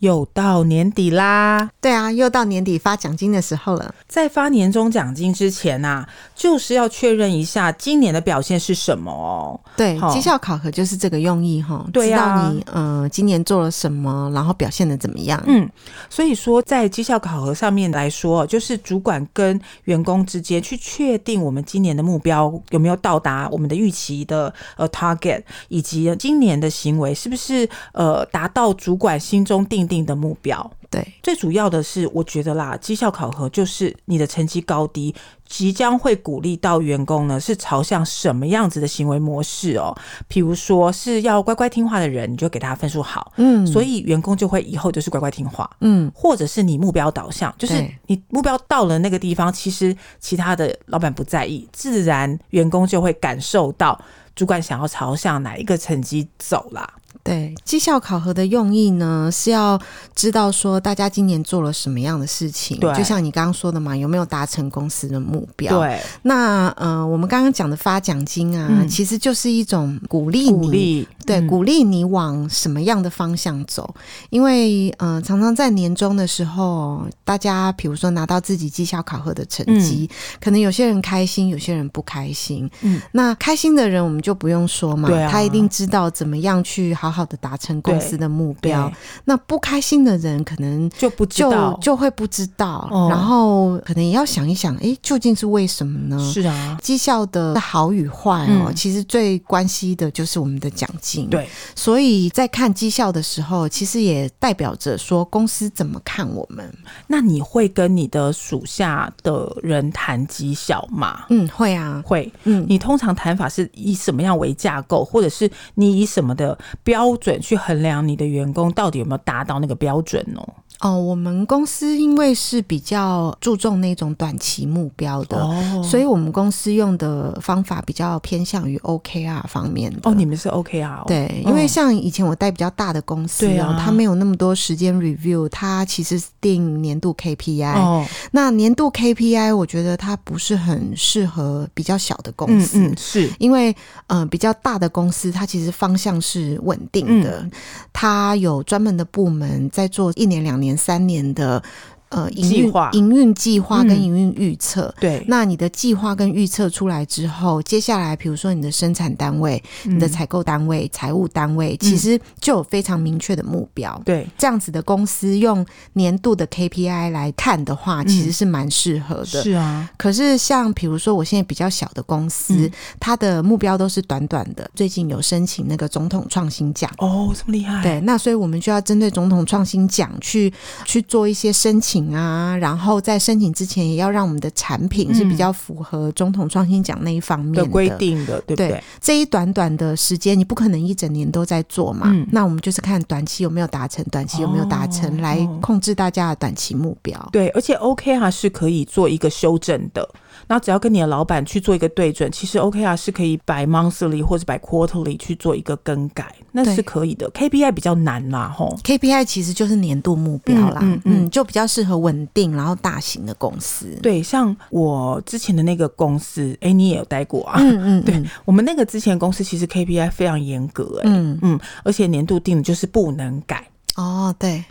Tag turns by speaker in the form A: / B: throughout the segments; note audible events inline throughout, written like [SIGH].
A: 又到年底啦，
B: 对啊，又到年底发奖金的时候了。
A: 在发年终奖金之前啊，就是要确认一下今年的表现是什么哦。
B: 对，
A: 好
B: 绩效考核就是这个用意哈，
A: 对
B: 知道
A: 啊
B: 你呃今年做了什么，然后表现的怎么样。
A: 嗯，所以说在绩效考核上面来说，就是主管跟员工之间去确定我们今年的目标有没有到达我们的预期的呃 target，以及今年的行为是不是呃达到主管心中定定的目标。
B: 对，
A: 最主要的是，我觉得啦，绩效考核就是你的成绩高低，即将会鼓励到员工呢是朝向什么样子的行为模式哦。比如说是要乖乖听话的人，你就给他分数好，
B: 嗯
A: 所以员工就会以后就是乖乖听话。
B: 嗯，
A: 或者是你目标导向，就是
B: 对
A: 你目标到了那个地方，其实其他的老板不在意，自然员工就会感受到主管想要朝向哪一个成绩走啦。
B: 对，绩效考核的用意呢是要知道说大家今年做了什么样的事情，
A: 对
B: 就像你刚刚说的嘛，有没有达成公司的目标？。
A: 对，
B: 那呃，我们刚刚讲的发奖金啊，
A: 嗯
B: 其实就是一种鼓励你，
A: 鼓励
B: 对，
A: 嗯
B: 鼓励你往什么样的方向走？因为呃，常常在年终的时候，大家比如说拿到自己绩效考核的成绩，可能有些人开心，有些人不开心。
A: 嗯，
B: 那开心的人我们就不用说嘛，
A: 对啊
B: 他一定知道怎么样去好好的达成公司的目标
A: 对。
B: 那不开心的人可能。
A: 就不知
B: 就
A: 道，
B: 就会不知道，
A: 哦
B: 然后可能也要想一想，诶，究竟是为什么呢？
A: 是啊，
B: 绩效的好与坏哦，
A: 嗯
B: 其实最关系的就是我们的奖金。，
A: 对，
B: 所以在看绩效的时候，其实也代表着说公司怎么看我们。
A: 那你会跟你的属下的人谈绩效吗？
B: 嗯，会啊，
A: 会，
B: 嗯，
A: 你通常谈法是以什么样为架构，或者是你以什么的标准去衡量你的员工到底有没有达到那个标准呢？
B: 哦，我们公司因为是比较注重那种短期目标的。
A: 哦
B: 所以，我们公司用的方法比较偏向于 OKR 方面的。
A: 哦，你们是 OKR，、哦、
B: 对，
A: 嗯
B: 因为像以前我带比较大的公司
A: 对
B: 哦，
A: 啊
B: 它没有那么多时间 review，它其实定年度 KPI，、
A: 哦，
B: 那年度 KPI，我觉得它不是很适合比较小的公
A: 嗯
B: 司，
A: 嗯是，
B: 因为呃比较大的公司，它其实方向是稳定的，
A: 嗯
B: 它有专门的部门在做一年、两年、三年的呃营
A: 计
B: 运
A: 划
B: 营运计划跟
A: 嗯
B: 营运预测。
A: 对，
B: 那你的计划跟预测出来之后，接下来比如说你的生产单位、你的
A: 嗯
B: 采购单位、财务单位，其
A: 嗯
B: 实就有非常明确的目标。
A: 对
B: 这样子的公司用年度的 KPI 来看的话，
A: 嗯
B: 其实是蛮适合的。
A: 是啊，
B: 可是像比如说我现在比较小的公司，
A: 嗯
B: 它的目标都是短短的。最近有申请那个总统创新奖。
A: 哦，这么厉害，
B: 对，那所以我们就要针对总统创新奖去去做一些申请啊，然后在申请之前也要让我们的产品是比较符合总统创新奖那一方面
A: 嗯的规定的，对不对？
B: 对这一短短的时间，你不可能一整年都在做嘛。
A: 嗯
B: 那我们就是看短期有没有达成，短期有没有达成，
A: 哦
B: 来控制大家的短期目标。
A: 对，而且 OKR 是可以做一个修正的，那只要跟你的老板去做一个对准，其实 OKR 是可以摆 monthly 或者摆 quarterly 去做一个更改，那
B: 对
A: 是可以的。KPI 比较难啦，吼。
B: KPI 其实就是年度目标啦，嗯
A: 嗯嗯嗯
B: 就比较适合稳定然后大型的公司。，
A: 对，像我之前的那个公司，哎、你也有待过啊？
B: 嗯嗯，
A: 对
B: 嗯
A: 我们那个之前的公司其实 KPI 非常严格、哎、
B: 嗯，
A: 嗯，而且年度定的就是不能改。
B: 哦，对，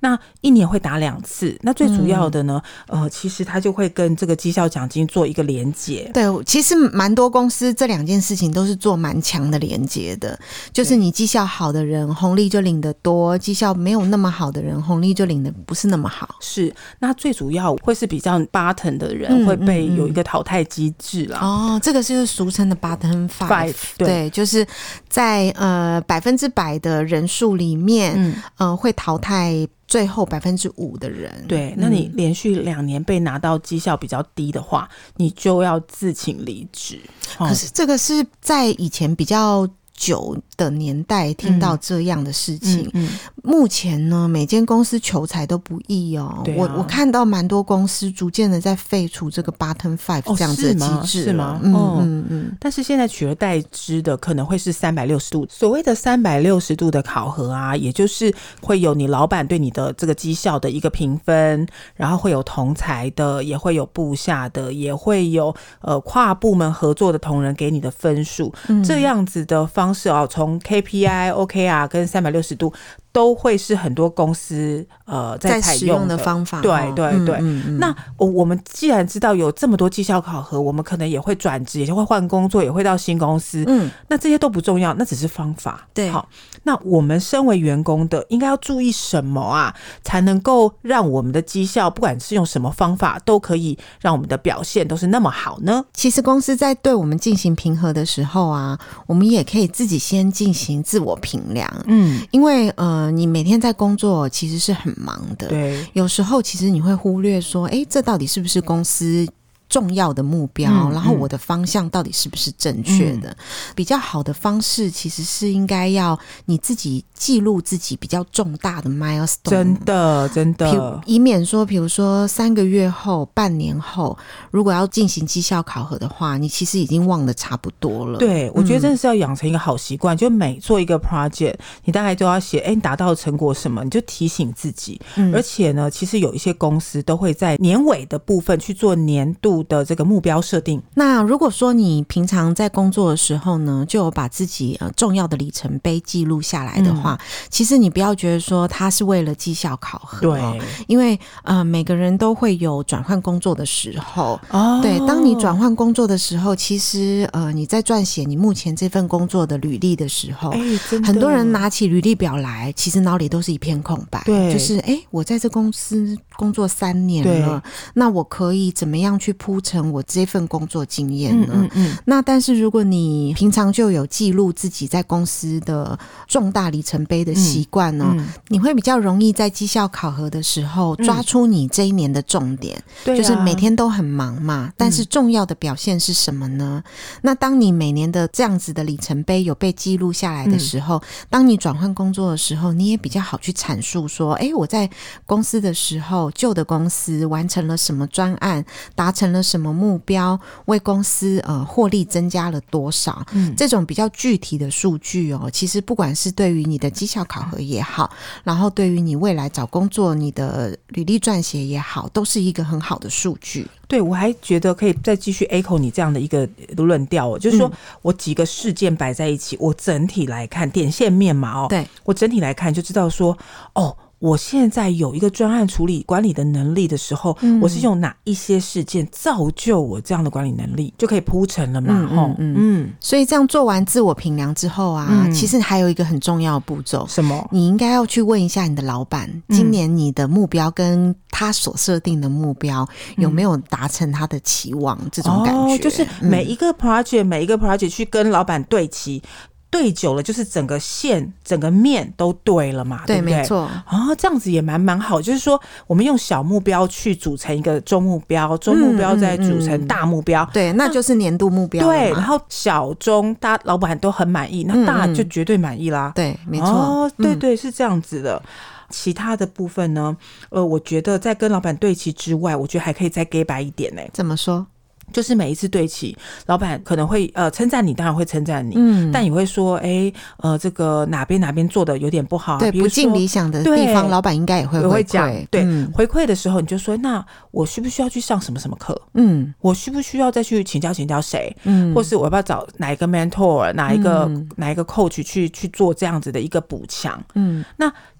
A: 那一年会打两次，那最主
B: 嗯
A: 要的呢，呃，其实它就会跟这个绩效奖金做一个连接。
B: 对，我其实蛮多公司这两件事情都是做蛮强的连接的，就是
A: 对
B: 你绩效好的人红利就领得多，绩效没有那么好的人红利就领的不是那么好。
A: 是，那最主要会是比较 button 的
B: 嗯
A: 人会被
B: 嗯嗯
A: 有一个淘汰机制啦。
B: 哦，这个就是俗称的 button 哦 five，
A: Five，对
B: 就是在呃百分之百的人数里面，
A: 嗯，
B: 呃，会淘汰最后百分之五的人。
A: 对，那
B: 嗯
A: 你连续两年被拿到绩效比较低的话，你就要自请离职。哦
B: 可是这个是在以前比较。九的年代听到这样的事情。
A: 嗯嗯
B: 目前呢，每间公司求财都不易哦。
A: 对啊
B: 我我看到蛮多公司逐渐的在废除这个 bottom five
A: 哦
B: 这样子的
A: 是吗
B: 机制
A: 是
B: 了
A: 吗
B: 嗯、
A: 哦
B: 嗯嗯，
A: 但是现在取而代之的可能会是三百六十度。所谓的三百六十度的考核啊，也就是会有你老板对你的这个绩效的一个评分，然后会有同才的，也会有部下的，也会有呃跨部门合作的同仁给你的分数。
B: 嗯
A: 这样子的方式哦，从 KPI、OKR 啊跟三百六十度都会是很多公司呃
B: 在
A: 采
B: 使用
A: 的
B: 的方法哦，
A: 对对
B: 嗯
A: 对
B: 嗯嗯
A: 那我我们既然知道有这么多绩效考核，我们可能也会转职，也会换工作，也会到新公司。
B: 嗯，
A: 那这些都不重要，那只是方法。
B: 对
A: 好，那我们身为员工的，应该要注意什么啊？才能够让我们的绩效，不管是用什么方法，都可以让我们的表现都是那么好呢？
B: 其实公司在对我们进行评核的时候啊，我们也可以自己先进行自我评量，
A: 嗯，
B: 因为呃，你每天在工作其实是很忙的，
A: 对，
B: 有时候其实你会忽略说，诶，这到底是不是公司？重要的目标，
A: 嗯
B: 然后我的方向到底是不是正确的？比较好的方式其实是应该要你自己记录自己比较重大的 milestone，
A: 真的真
B: 比
A: 的，
B: 以免说，比如说三个月后、半年后，如果要进行绩效考核的话，你其实已经忘得差不多了。，
A: 对，我觉得真的是要养成一个好习惯，就每做一个 project，你大概都要写，哎、你达到的成果什么，你就提醒自己。
B: 嗯
A: 而且呢，其实有一些公司都会在年尾的部分去做年度的这个目标设定。
B: 那如果说你平常在工作的时候呢，就有把自己呃重要的里程碑记录下来的话，
A: 嗯
B: 其实你不要觉得说它是为了绩效考核哦，因为呃每个人都会有转换工作的时候，
A: 哦
B: 对，当你转换工作的时候，其实呃你在撰写你目前这份工作的履历的时候，
A: 哎、真的
B: 很多人拿起履历表来，其实脑里都是一片空白。
A: 对
B: 就是哎、诶我在这公司工作三年了，那我可以怎么样去铺陈我这份工作经验
A: 嗯
B: 呢？
A: 嗯嗯，
B: 那但是如果你平常就有记录自己在公司的重大里程碑的习惯呢，
A: 嗯
B: 你会比较容易在绩效考核的时候抓出你这一年的重点。
A: 对啊、嗯
B: 就是每天都很忙嘛，但是重要的表现是什么呢？那当你每年的这样子的里程碑有被记录下来
A: 嗯
B: 的时候，当你转换工作的时候，你也比较好去阐述说，诶，我在公司的时候，旧的公司完成了什么专案，达成了什么目标，为公司呃获利增加了多少？
A: 嗯
B: 这种比较具体的数据哦，其实不管是对于你的绩效考核也好，然后对于你未来找工作、你的履历撰写也好，都是一个很好的数据。
A: 对，我还觉得可以再继续 echo 你这样的一个论调哦，就是
B: 嗯
A: 说我几个事件摆在一起，我整体来看点线面嘛哦，
B: 对，
A: 我整体来看就知道说，哦，我现在有一个专案处理管理的能力的时候，我
B: 嗯
A: 是用哪一些事件造就我这样的管理能力，就可以铺陈了嘛，
B: 嗯
A: 哦，
B: 嗯
A: 嗯，
B: 所以这样做完自我评量之后啊，
A: 嗯
B: 其实还有一个很重要的步骤。
A: 什么？
B: 你应该要去问一下你的老板，
A: 嗯
B: 今年你的目标跟他所设定的目标有没有达成他的期望？这种感觉、
A: 嗯哦，就是
B: 嗯
A: 每一个 project、每一个 project 去跟老板对齐，对久了就是整个线、整个面都对了嘛，
B: 对，
A: 不对？
B: 没错，
A: 啊，这样子也蛮蛮好，就是说我们用小目标去组成一个中目标，中
B: 嗯
A: 目标再组成大目标。
B: 对，那就是年度目标
A: 对，
B: 了
A: 然
B: 嘛。
A: 后小中大老板都很满意，那大就绝对满意啦。
B: 嗯对，没错，
A: 哦，对
B: 嗯
A: 对，是这样子的。其他的部分呢，呃，我觉得在跟老板对齐之外，我觉得还可以再 gay 白一点呢、
B: 怎么说？
A: 就是每一次对齐，老板可能会呃称赞你，当然会称赞你，
B: 嗯，
A: 但也会说，哎、呃，这个哪边哪边做的有点不好、啊，
B: 对
A: 比如
B: 不尽
A: 说
B: 理想的
A: 对
B: 地方，老板应该也会
A: 我会
B: 回
A: 讲
B: 馈。，
A: 对，
B: 嗯
A: 回馈的时候你就说，那我需不需要去上什么什么课？
B: 嗯
A: 我需不需要再去请教请教谁？
B: 嗯，
A: 或是我要不要找哪一个 mentor、哪一个、
B: 嗯
A: 哪一个 coach 去去做这样子的一个补强？
B: 嗯，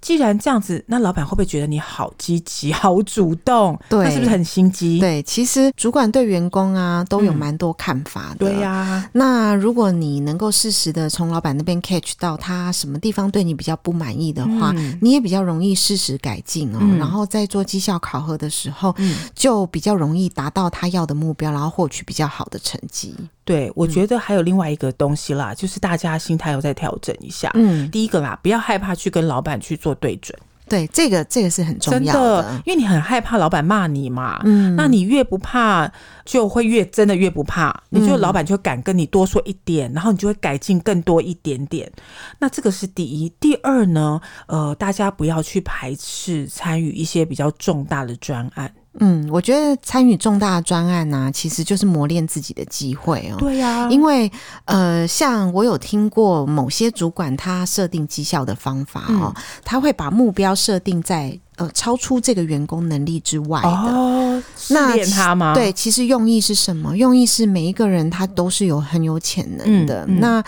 A: 既然这样子，那老板会不会觉得你好积极、好主动？
B: 对
A: 那是不是很心机？
B: 对，其实主管对员工啊都有
A: 嗯
B: 蛮多看法的。
A: 对呀、
B: 那如果你能够适时的从老板那边 catch 到他什么地方对你比较不满意的话，
A: 嗯
B: 你也比较容易适时改进哦。
A: 嗯
B: 然后在做绩效考核的时候，
A: 嗯
B: 就比较容易达到他要的目标，然后获取比较好的成绩。嗯
A: 对，我觉得还有另外一个东西啦，就是大家心态要再调整一下。
B: 嗯，
A: 第一个啦，不要害怕去跟老板去做对准。
B: 对，这个这个是很重
A: 真
B: 要
A: 的，因为你很害怕老板骂你嘛，
B: 嗯，
A: 那你越不怕，就会越真的越不怕，你就老板就敢跟你多说一点，然后你就会改进更多一点点。那这个是第一，第二呢，呃，大家不要去排斥参与一些比较重大的专案。
B: 嗯，我觉得参与重大的专案呢、其实就是磨练自己的机会哦。
A: 对呀、
B: 因为呃，像我有听过某些主管他设定绩效的方法哦，他会把目标设定在呃超出这个员工能力之外的。
A: 哦，
B: 那
A: 试炼他吗？
B: 对，，其实用意是什么？用意是每一个人他都是有很有潜能的。
A: 嗯嗯
B: 那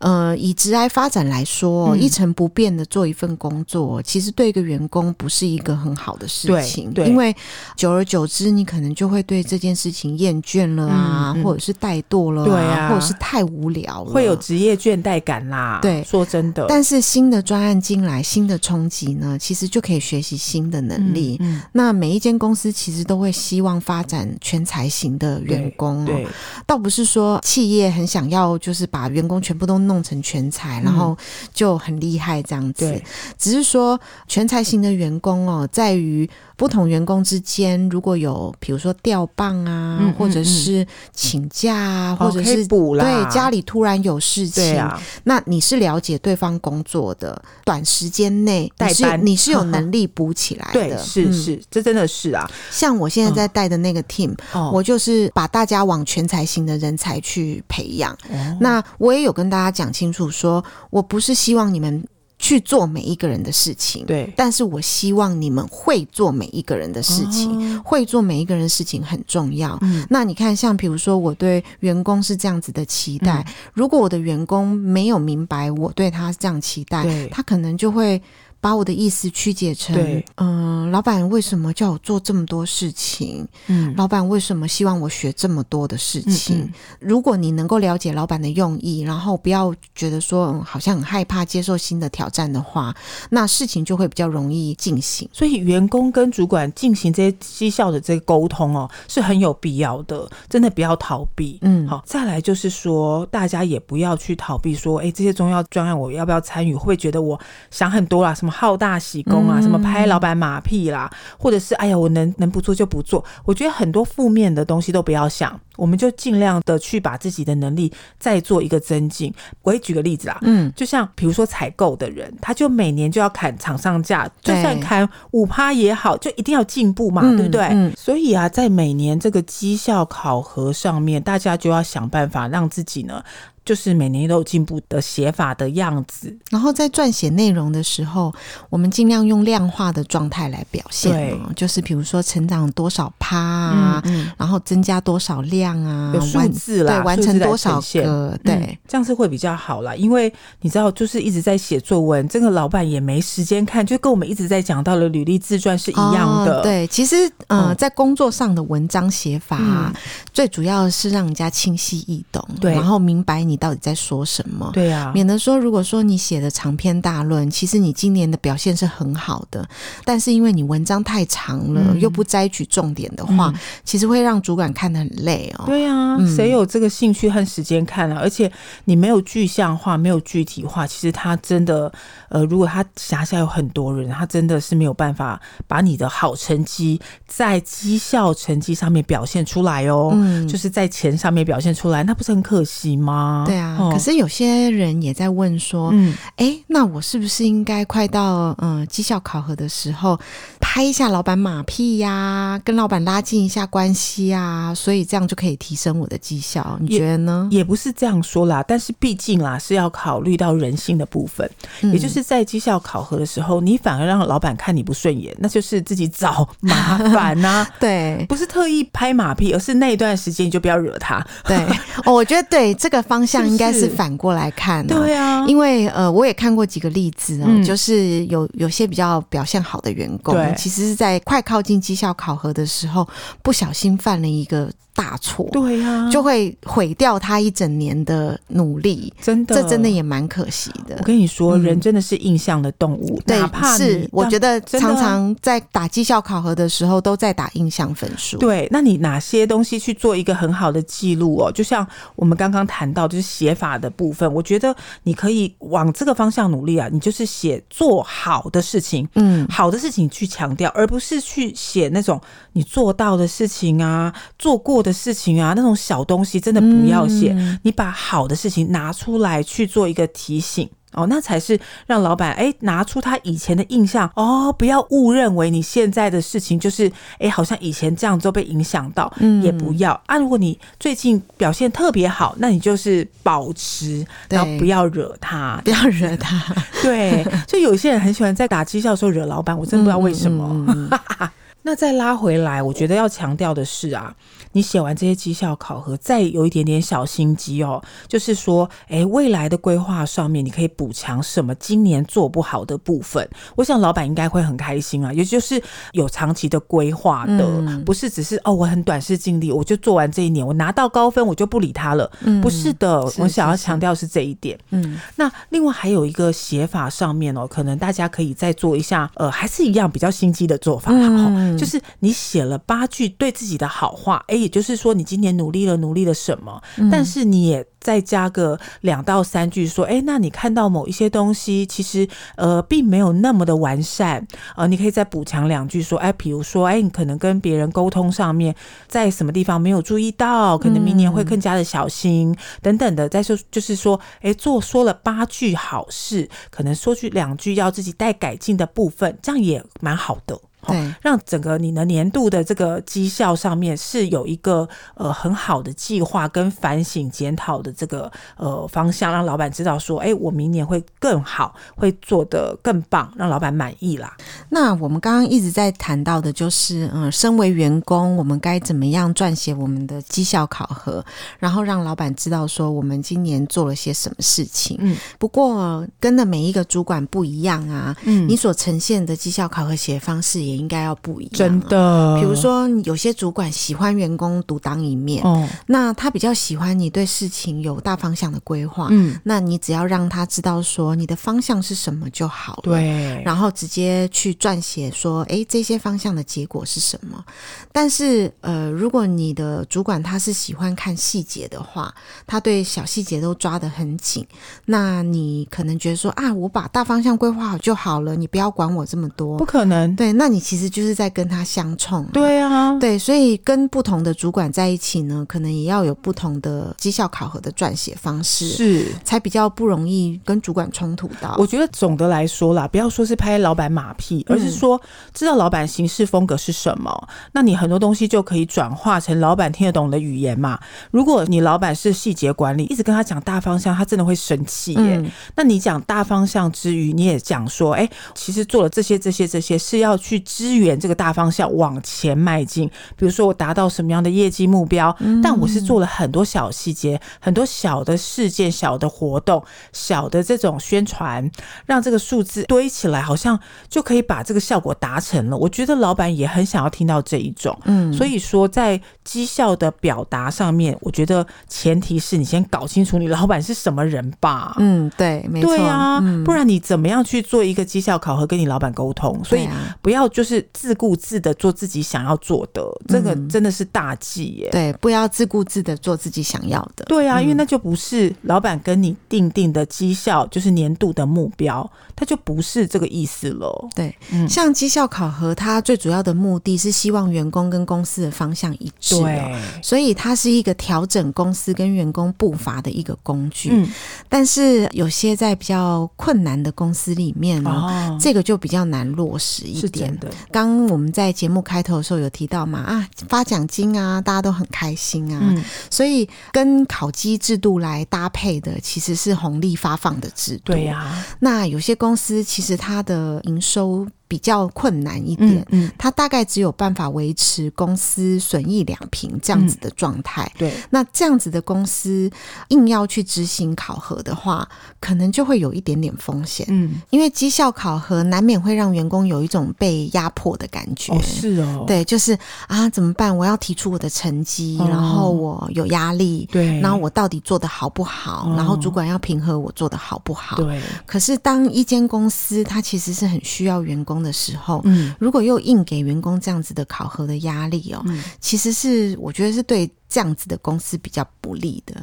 B: 呃，以职涯发展来说，
A: 嗯
B: 一成不变的做一份工作，其实对一个员工不是一个很好的事
A: 对
B: 情，
A: 对
B: 因为久而久之，你可能就会对这件事情厌倦了啊，
A: 嗯嗯
B: 或者是怠惰了、
A: 对啊
B: 或者是太无聊了，
A: 会有。职业倦怠感啦。
B: 对
A: 说真的，
B: 但是新的专案进来，新的冲击呢，其实就可以学习新的能力。
A: 嗯，
B: 那每一间公司其实都会希望发展全才型的员工、
A: 嗯
B: 哦，
A: 对，
B: 倒不是说企业很想要就是把员工全部都弄成全才，然后就很厉害这样子
A: 嗯对，
B: 只是说全才型的员工哦，在于不同员工之间如果有比如说调棒啊，
A: 嗯嗯
B: 或者是请假啊，或者
A: 哦可以
B: 是。
A: 补啦，
B: 对，家里突然有事
A: 对
B: 情，
A: 啊，
B: 那你是了解对方工作的，短时间内你
A: 代
B: 是
A: 班
B: 你是有能力补起来的。
A: [LAUGHS] 对，是
B: 嗯
A: 是，这真的是啊。
B: 像我现在在带的那个 team，、
A: 哦，
B: 我就是把大家往全才型的人才去培养。
A: 哦
B: 那我也有跟大家讲清楚说我不是希望你们去做每一个人的事情，
A: 对
B: 但是我希望你们会做每一个人的事情。
A: 情，
B: 会做每一个人的事情很重要。
A: 哦嗯
B: 那你看，像比如说，我对员工是这样子的期待，
A: 嗯
B: 如果我的员工没有明白我对他这样期待，
A: 对
B: 他可能就会把我的意思曲解成
A: 对，
B: 嗯、老板为什么叫我做这么多事情？
A: 嗯，
B: 老板为什么希望我学这么多的事情？
A: 嗯
B: 如果你能够了解老板的用意，然后不要觉得说、嗯、好像很害怕接受新的挑战的话，那事情就会比较容易进行。
A: 所以员工跟主管进行这些绩效的这个沟通哦，是很有必要的，真的不要逃避。
B: 嗯，
A: 好，再来就是说，大家也不要去逃避说，哎、这些重要专案我要不要参与？会不会觉得我想很多啦？什么好大喜功啊，什么
B: 嗯
A: 拍老板马屁啦，或者是哎呀，我能能不做就不做？我觉得很多负面的东西都不要想，我们就尽量的去把自己的能力再做一个增进。我也举个例子啦，
B: 嗯，
A: 就像比如说采购的人，他就每年就要砍厂商价，就
B: 对
A: 算砍五趴也好，就一定要进步嘛，
B: 嗯
A: 对不对？
B: 嗯
A: 所以啊，在每年这个绩效考核上面，大家就要想办法让自己呢，就是每年都有进步的写法的样子。
B: 然后在撰写内容的时候，我们尽量用量化的状态来表现、哦，就是比如说成长多少趴啊，
A: 嗯，
B: 然后增加多少量啊
A: 有，数
B: 完
A: 字啦，
B: 对完
A: 数字
B: 成
A: 来
B: 多少
A: 呈现
B: 个，对
A: 嗯，这样是会比较好啦，因为你知道，就是一直在写作文，这个老板也没时间看，就跟我们一直在讲到的履历自传是一样的。
B: 哦对，其实呃，
A: 嗯
B: 在工作上的文章写法、啊，最主要是让人家清晰易懂，
A: 对
B: 然后明白你到底在说什么。
A: 对啊，
B: 免得说，如果说你写的长篇大论，其实你今年的表现是很好的，但是因为你文章太长了，
A: 嗯
B: 又不摘取重点的话，其实会让主管看得很累哦。
A: 对啊，
B: 嗯
A: 谁有这个兴趣和时间看啊？而且你没有具象化，没有具体化，其实他真的，呃，如果他辖下有很多人，他真的是没有办法把你的好成绩在绩效成绩上面表现出来哦，
B: 嗯
A: 就是在钱上面表现出来，那不是很可惜吗？
B: 对啊，
A: 哦
B: 可是有些人也在问说，
A: 嗯，
B: 哎、那我是不是应该快到嗯绩效考核的时候，拍一下老板马屁呀、跟老板拉近一下关系啊，所以这样就可以提升我的绩效？你
A: 也
B: 觉得呢？
A: 也不是这样说啦，但是毕竟啦是要考虑到人性的部分，也 [LAUGHS]
B: 嗯
A: 就是在绩效考核的时候，你反而让老板看你不顺眼，那就是自己找麻烦啊呐、
B: [LAUGHS] 对
A: 不是特意拍马屁，而是那一段时间你就不要惹他。
B: 对，哦，我觉得对这个方向
A: 是不
B: 应该是
A: 是
B: 反过来看、啊，
A: 对啊，
B: 因为呃，我也看过几个例子哦，
A: 嗯
B: 就是有有些比较表现好的员工
A: 对，
B: 其实是在快靠近绩效考核的时候，不小心犯了一个大错，
A: 对啊呀、
B: 就会毁掉他一整年的努力。
A: 真的，
B: 这真的。也蛮可惜的
A: 我。跟你说，
B: 嗯
A: 人真的是印象的动物，
B: 对
A: 哪怕，你
B: 是我觉得
A: 真的啊
B: 常常在打绩效考核的时候都在打印象分数。
A: 对，那你哪些东西去做一个很好的记录哦？就像我们刚刚谈到，就是写法的部分，我觉得你可以往这个方向努力啊。你就是写做好的事情，
B: 嗯，
A: 好的事情去强调，而不是去写那种你做到的事情啊、做过的事情啊那种小东西，真的不要写。
B: 嗯
A: 你把好的事情拿出来去做一个提醒。哦，那才是让老板哎、拿出他以前的印象哦，不要误认为你现在的事情就是哎、好像以前这样就被影响到，
B: 嗯
A: 也不要啊。如果你最近表现特别好，那你就是保持，
B: 对
A: 然后 [LAUGHS] 不要惹他
B: 不，要惹他。
A: [LAUGHS] 对，就有些人很喜欢在打绩效的时候惹老板，我真
B: 嗯
A: 不知道为什么。 [LAUGHS] 那再拉回来，我觉得要强调的是啊，你写完这些绩效考核，再有一点点小心机哦，就是说，哎、未来的规划上面，你可以补强什么今年做不好的部分。我想老板应该会很开心啊，也就是有长期的规划的，
B: 嗯
A: 不是只是哦，我很短视尽力，我就做完这一年，我拿到高分我就不理他了，不是的，
B: 嗯是
A: 我想要
B: 是是
A: 强调是这一点。
B: 嗯，
A: 那另外还有一个写法上面哦，可能大家可以再做一下，呃，还是一样比较心机的做法啦，哈、哦就是你写了八句对自己的好话，哎、也就是说你今年努力了，努力了什么，但是你也再加个两到三句说，哎、那你看到某一些东西，其实呃，并没有那么的完善，呃，你可以再补强两句说，哎、比如说，哎、你可能跟别人沟通上面在什么地方没有注意到，可能明年会更加的小心，等等的。再说就是说，哎、做说了八句好事，可能说句两句要自己待改进的部分，这样也蛮好的。哦
B: [LAUGHS] 对，
A: 让整个你的年度的这个绩效上面是有一个呃很好的计划跟反省检讨的这个呃方向，让老板知道说，哎、我明年会更好，会做得更棒，让老板满意啦。
B: 那我们刚刚一直在谈到的就是，嗯、身为员工，我们该怎么样撰写我们的绩效考核，然后让老板知道说我们今年做了些什么事情。
A: 嗯，
B: 不过跟的每一个主管不一样啊，
A: 嗯
B: 你所呈现的绩效考核写方式也应该要不一样、啊
A: 真。的，
B: 比如说，有些主管喜欢员工独当一面，
A: 哦，
B: 那他比较喜欢你对事情有大方向的规划。
A: 嗯，
B: 那你只要让他知道说你的方向是什么就好了。
A: 对，
B: 然后直接去撰写说，诶，这些方向的结果是什么？但是，呃，如果你的主管他是喜欢看细节的话，他对小细节都抓得很紧，那你可能觉得说啊，我把大方向规划好就好了，你不要管我这么
A: 不
B: 多。
A: 可能，
B: 对，那你其实就是在跟他相冲、啊。
A: 对啊，
B: 对，所以跟不同的主管在一起呢，可能也要有不同的绩效考核的撰写方式，
A: 是。
B: 才比较不容易跟主管冲突到。
A: 我觉得总的来说啦，不要说是拍老板马屁，而是说知道老板行事风格是什么，那你很多东西就可以转化成老板听得懂的语言嘛。如果你老板是细节管理，一直跟他讲大方向，他真的会生气耶。
B: 嗯
A: 那你讲大方向之余，你也讲说，哎、其实做了这些、这些、这些，是要去支援这个大方向往前迈进。比如说，我达到什么样的业绩目标，但我是做了很多小细节、很多小的事件、小的活动、小的这种宣传，让这个数字堆起来，好像就可以把这个效果达成了。我觉得老板也很想要听到这一种，
B: 嗯
A: 所以说在绩效的表达上面，我觉得前提是你先搞清楚你老板是什么人吧。
B: 嗯，对，没错，
A: 对啊，
B: 嗯
A: 不然你怎么样去做一个绩效考核跟你老板沟通？所以
B: 对啊
A: 不要就是自顾自的做自己想要做的，这个
B: 嗯
A: 真的是大忌耶。
B: 对，不要自顾自的做自己想要的。
A: 对啊，因为那就不是老板跟你定定的绩效，就是年度的目标，它就不是这个意思了。
B: 对，
A: 嗯
B: 像绩效考核，它最主要的目的是希望员工跟公司的方向一致、哦，所以它是一个调整公司跟员工步伐的一个工具。
A: 嗯，
B: 但是有些在比较困难的公司里面呢，
A: 哦，
B: 这个就比较难落实一
A: 是
B: 点
A: 真。的，
B: 刚我们在节目开头的时候有提到嘛，啊，发奖金啊，大家都很开心啊，
A: 嗯，
B: 所以跟考绩制度来搭配的其实是红利发放的制度。
A: 对呀、啊
B: 那有些公司其实它的营收。比较困难一点，
A: 嗯嗯，
B: 它大概只有办法维持公司损益两平这样子的状态。
A: 对，
B: 那这样子的公司硬要去执行考核的话，可能就会有一点点风险，
A: 嗯，
B: 因为绩效考核难免会让员工有一种被压迫的感觉。
A: 哦是哦，
B: 对，就是啊，怎么办？我要提出我的成绩，
A: 哦
B: 然后我有压力，
A: 对，
B: 然后我到底做的好不好？
A: 哦
B: 然后主管要平和我做的好不好？
A: 对，
B: 可是当一间公司它其实是很需要员工的时候，
A: 嗯
B: 如果又硬给员工这样子的考核的压力哦，
A: 嗯
B: 其实是我觉得是对这样子的公司比较不利的，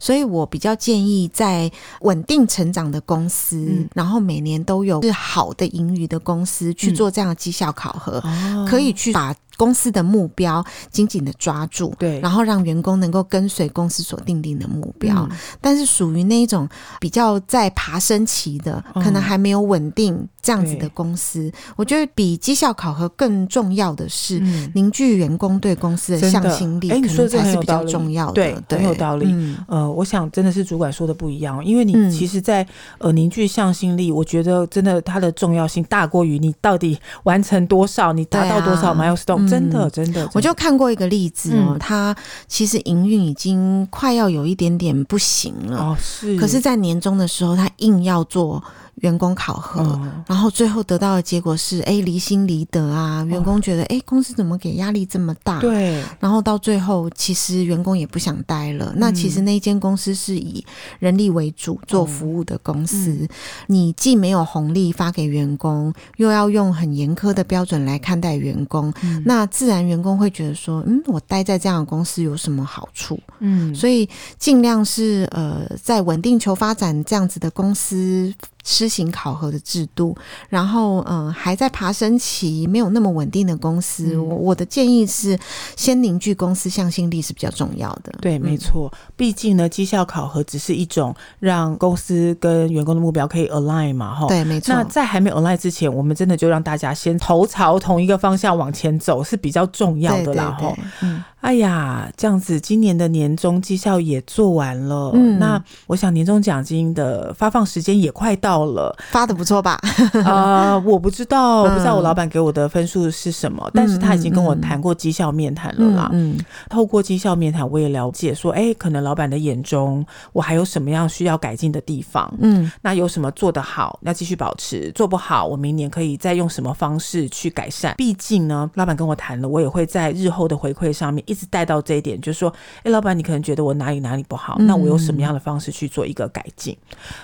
B: 所以我比较建议在稳定成长的公司，
A: 嗯
B: 然后每年都有是好的盈余的公司去
A: 嗯
B: 做这样的绩效考核，
A: 哦
B: 可以去把公司的目标紧紧的抓住，
A: 对，
B: 然
A: 后
B: 后让员工能够跟随公司所定定的目标。
A: 嗯
B: 但是属于那一种比较在爬升期的，
A: 嗯
B: 可能还没有稳定这样子
A: 对
B: 的公司，我觉得比绩效考核更重要的是。
A: 嗯
B: 凝聚员工对公司的
A: 真的
B: 向心力，
A: 哎
B: 可
A: 你
B: 能
A: 说的这
B: 才
A: 很
B: 是
A: 有
B: 比较
A: 道理
B: 重要的。
A: 对
B: 对，
A: 很有道理
B: 嗯
A: 呃，我想真的是主管说的不一样，因为你
B: 嗯
A: 其实在，呃凝聚向心力，我觉得真的它的重要性大过于你到底 [LAUGHS] 完成多少，你达到多少
B: 对啊
A: milestone，、
B: 嗯
A: 真的真的，真的
B: 我就看过一个例子哦，
A: 嗯
B: 他其实营运已经快要有一点点不行了，
A: 哦是，
B: 可是，在年终的时候，他硬要做员工考核，
A: 哦
B: 然后最后得到的结果是，哎，离心离德啊，员工觉得，哎、公司怎么给压力这么大？
A: 对，
B: 然后到最后，其实员工也不想待了。那其实那一间公司是以人力为主做服务的公司，你既没有红利发给员工，又要用很严苛的标准来看待员工，那自然员工会觉得说，嗯，我待在这样的公司有什么好处？
A: 嗯
B: 所以尽量是呃，在稳定求发展这样子的公司施行考核的制度，然后嗯、呃还在爬升期、没有那么稳定的公司，
A: 嗯
B: 我我的建议是先凝聚公司向心力是比较重要的。
A: 对，没
B: 嗯。
A: 错。毕竟呢，绩效考核只是一种让公司跟员工的目标可以 align 嘛，哈。。
B: 对，没错
A: 那。在还没 align 之前，我们真的就让大家先头朝同一个方向往前走是比较重要
B: 对
A: 的
B: 对
A: 啦，哈
B: 对。，嗯，
A: 哎呀，这样子，今年的年终绩效也做完了，
B: 嗯
A: 那我想年终奖金的发放时间也快到
B: [LAUGHS]
A: 了，
B: 发的不错吧？
A: 啊，我不知道，
B: 嗯
A: 不知道我老板给我的分数是什么，但是他已经跟我谈过绩效面谈了啦。
B: 嗯，
A: 透过绩效面谈，我也了解说，哎、可能老板的眼中，我还有什么样需要改进的地方？
B: 嗯
A: 那有什么做得好，要继续保持；做不好，我明年可以再用什么方式去改善。毕竟呢，老板跟我谈了，我也会在日后的回馈上面一直带到这一点，就是说，哎、老板，你可能觉得我哪里哪里不好，
B: 嗯
A: 那我有什么样的方式去做一个改进？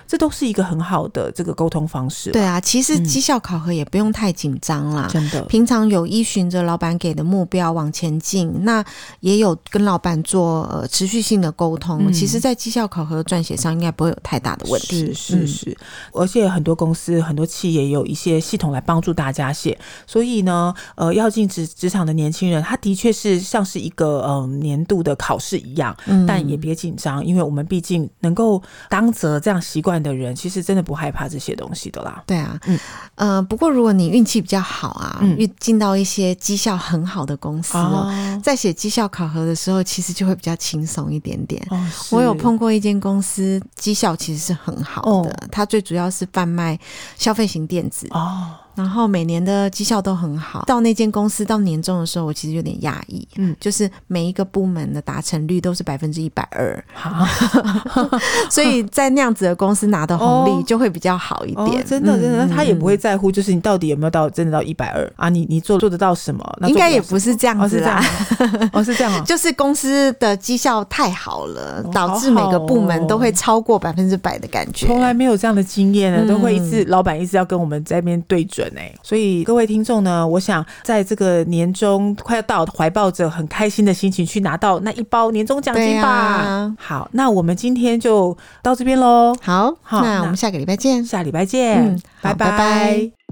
A: 这都是一个很好的这个沟通方式。
B: 嗯，对，啊，其实
A: 嗯
B: 绩效考核也不用太紧张啦，
A: 真的，
B: 平常有依循着老板给的目标往前进，那也有跟老板做呃持续性的沟通。
A: 嗯
B: 其实，在绩效考核撰写上应该不会有太大的问题。
A: 是是
B: 嗯
A: 是，而且很多公司、很多企业也有一些系统来帮助大家写。所以呢，呃，要进职职场的年轻人，他的确是像是一个嗯、呃年度的考试一样，
B: 嗯
A: 但也别紧张，因为我们毕竟能够当责这样习惯的人，其实真的不害怕这些东西的啦。
B: 对啊，
A: 嗯
B: 呃，不过如果你运气比较好啊，
A: 嗯
B: 遇进到一些绩效很好的公司哦，
A: 哦
B: 在写绩效考核的时候，其实就会比较轻松一点点。
A: 哦，
B: 我有
A: 是
B: 碰过一间公司，绩效其实是很好的，
A: 哦
B: 它最主要是贩卖消费型电子，
A: 哦，
B: 然后每年的绩效都很好。到那间公司到年终的时候，我其实有点讶异，
A: 嗯
B: 就是每一个部门的达成率都是百分之一百二，
A: [LAUGHS] 好，
B: 所以在那样子的公司拿的红
A: 哦
B: 利就会比较 [LAUGHS] 好一
A: 哦
B: 点。
A: 真的真的，
B: 嗯
A: 那他也不会在乎，就是你到底有没有到真的到一百二啊？你你做做得到什么？那
B: 应
A: 做
B: 该
A: 了
B: 也
A: 什
B: 不是这
A: 么
B: 样
A: 哦，是
B: 子
A: 这样
B: 啦，
A: 啊，哦，是这样啊，
B: 就是公司的绩效太好了，
A: 哦
B: 导致每个部门都会超过百分之百的感觉。
A: 从哦来没有这样的经验呢，
B: 嗯
A: 都会一直老板一直要跟我们在那边对准哎、所以各位听众呢，我想在这个年终快要到，怀抱着很开心的心情去拿到那一包年终奖金吧。
B: 对啊
A: 好，那我们今天就到这边喽，
B: 好，
A: 好
B: 那我
A: 那
B: 们下个礼拜见。
A: 下礼拜见，
B: 嗯嗯好拜拜